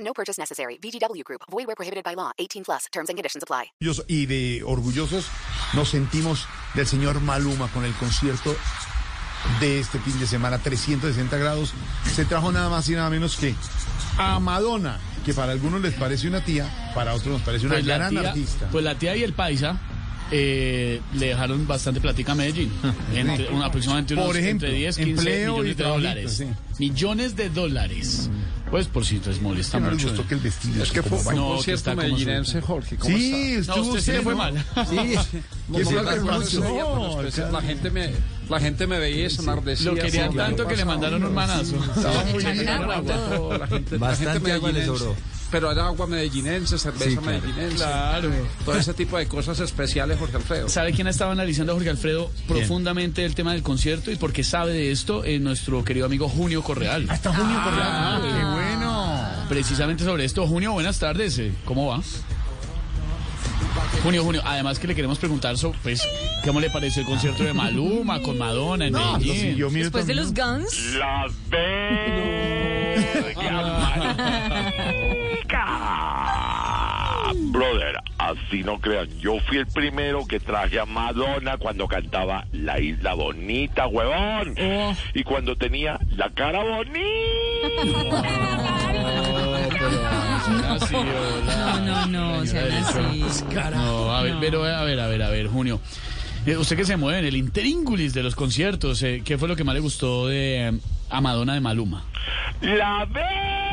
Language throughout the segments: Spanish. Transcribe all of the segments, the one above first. No purchase necessary. VGW Group. Void where prohibited by law. 18 plus. Terms and conditions apply. orgullosos y de orgullosos nos sentimos del señor Maluma con el concierto de este fin de semana 360 grados se trajo nada más y nada menos que a Madonna que para algunos les parece una tía para otros nos parece una gran Pues tía, artista Pues la tía y el paisa eh, le dejaron bastante platica a Medellín. Entre- un- aproximadamente unos Por ejemplo, entre 10, 15 empleo y millones de trabajito, dólares. sí. Millones de dólares. Pues por si les molesta Que no les mucho. gustó que el vestido Es que fue, como fue va- No, un que concierto está como medellinense, suelto. Jorge. ¿cómo sí No, estuvo usted sí le bien, fue ¿no? mal. Sí, Que se la está? mucho. No, es que la gente me, la gente me veía y se enardecía. Lo querían Sí, tanto claro. que le mandaron un manazo. Estaba muy bien, era agua, la gente, la gente medellinense. Pero era agua medellinense, cerveza medellinense. Claro. Todo ese tipo de cosas especiales, Jorge Alfredo. ¿Sabe quién ha estado analizando, Jorge Alfredo, profundamente el tema del concierto y por qué sabe de esto? Eh, nuestro querido amigo Junio Correal. hasta junio Correa. qué bueno Precisamente sobre esto, Junio, buenas tardes. eh, ¿Cómo va? Junio, Junio, además que le queremos preguntar, so- pues, ¿cómo le pareció el concierto de Maluma con Madonna en no, lo Medellín? siguió, mire Después de también. los Guns, Las vergas, Brother, así no crean. Yo fui el primero que traje a Madonna cuando cantaba La Isla Bonita, huevón. Y cuando tenía la cara bonita. No, pero, ah, sí, hola. No, no, no, Señora sean del así. Sol. No, a ver, No. pero eh, a ver, a ver, a ver, Junio. Eh, usted que se mueve en el interíngulis de los conciertos, eh, ¿qué fue lo que más le gustó de eh, a Madonna de Maluma? La verga.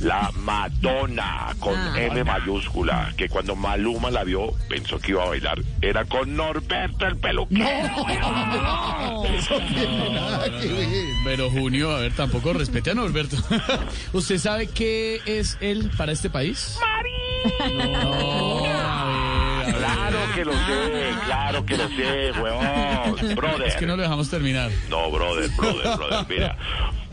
La Madonna con Ah. M mayúscula, que cuando Maluma la vio pensó que iba a bailar. Era con Norberto el peluquero. Pero Junio, a ver, tampoco respete a Norberto. ¿Usted sabe qué es él para este país? Claro que lo sé, claro que lo sé, huevón. Brother. Es que no lo dejamos terminar. No, brother, brother, brother, mira.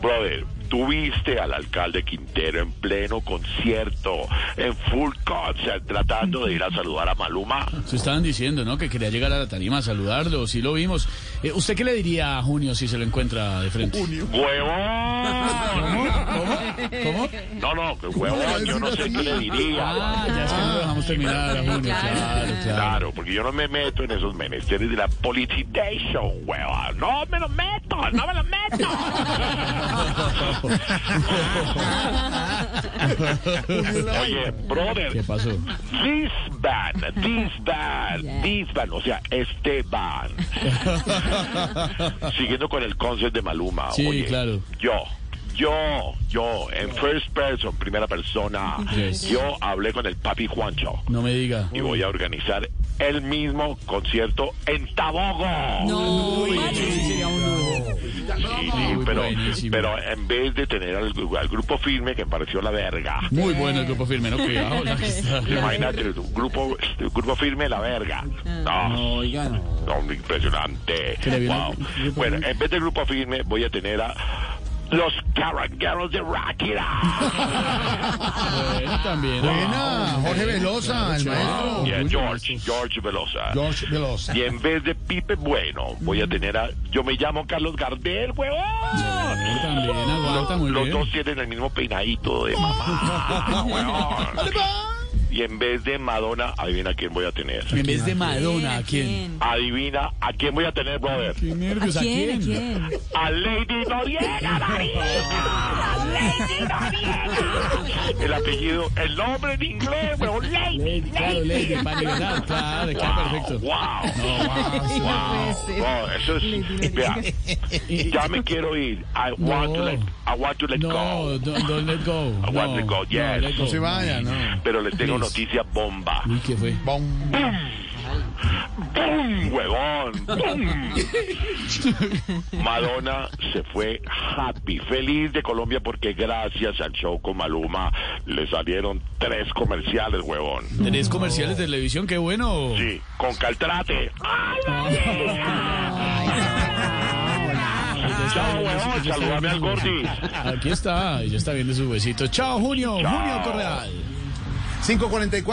Brother, tuviste al alcalde Quintero en pleno concierto, en full concert, tratando de ir a saludar a Maluma. Se estaban diciendo, ¿no? Que quería llegar a la tarima a saludarlo, sí lo vimos. Eh, ¿Usted qué le diría a Junio si se lo encuentra de frente? ¡Huevón! ¿Cómo? No, no, que huevón, yo no sé qué le Ah, diría. ya es que no lo dejamos terminar a Junio, claro, claro. Claro, porque yo no me meto en esos menesteres de la politization, huevón. No me lo meto, no me lo meto. Oye, brother, ¿Qué pasó? This van, this van, this van, o sea, este van. Siguiendo con el concepto de Maluma. Sí, oye, claro. Yo, yo, yo, en first person, primera persona, Yes. yo hablé con el papi Juancho No me diga. y voy a organizar el mismo concierto en Tabogo. Sí, sí, Uy, pero, buenísimo. pero en vez de tener al, gru- al grupo firme que me pareció la verga. Muy bueno el grupo firme, ¿no? Cuidado, la que está. Imagínate, un grupo, un grupo firme, la verga. Ah. No, Oigan. no, impresionante. Que le vio Wow. el- el grupo Bueno, en vez de grupo firme, voy a tener a los Caragueros de Ráquira. Bueno, también. buena Jorge Velosa el Oh, Y maestro a George, George Velosa. George Velosa Y en vez de Pipe Bueno, voy Mm. a tener a. Yo me llamo Carlos Gardel, huevón. Bueno, también aguanta muy Los bien. dos tienen el mismo peinadito de mamá, huevón. Y en vez de Madonna, adivina quién voy a tener. En vez de Madonna, ¿a quién? ¿Quién? Adivina a quién voy a tener, brother. Qué nervios, ¿A quién? ¿A quién? A Lady Noriega, marica. Lady Noriega. El apellido, el nombre en inglés, weón. Lady. Eh, Claro, Lady, para liberar, claro, queda perfecto. Wow. wow. Wow, eso es. Vea, ya me quiero ir. I want to let, I want to let No, go. don't, don't let go. I want No, to go, no, yes. let go. No se vaya, no. Pero les tengo noticias bomba. Uy, ¿qué fue? Bom. ¡Pum, huevón! ¡Pum! Madonna se fue happy, feliz de Colombia porque gracias al show con Maluma le salieron tres comerciales, huevón. ¿Tenés comerciales de televisión? ¡Qué bueno! Sí, con Caltrate. ¡Ay, Ya está, Chao, ya huevón, está saludame al viendo su- Gordis. Aquí está, ya está viendo sus besitos. ¡Chao, Junio! ¡Junio Correal! 544.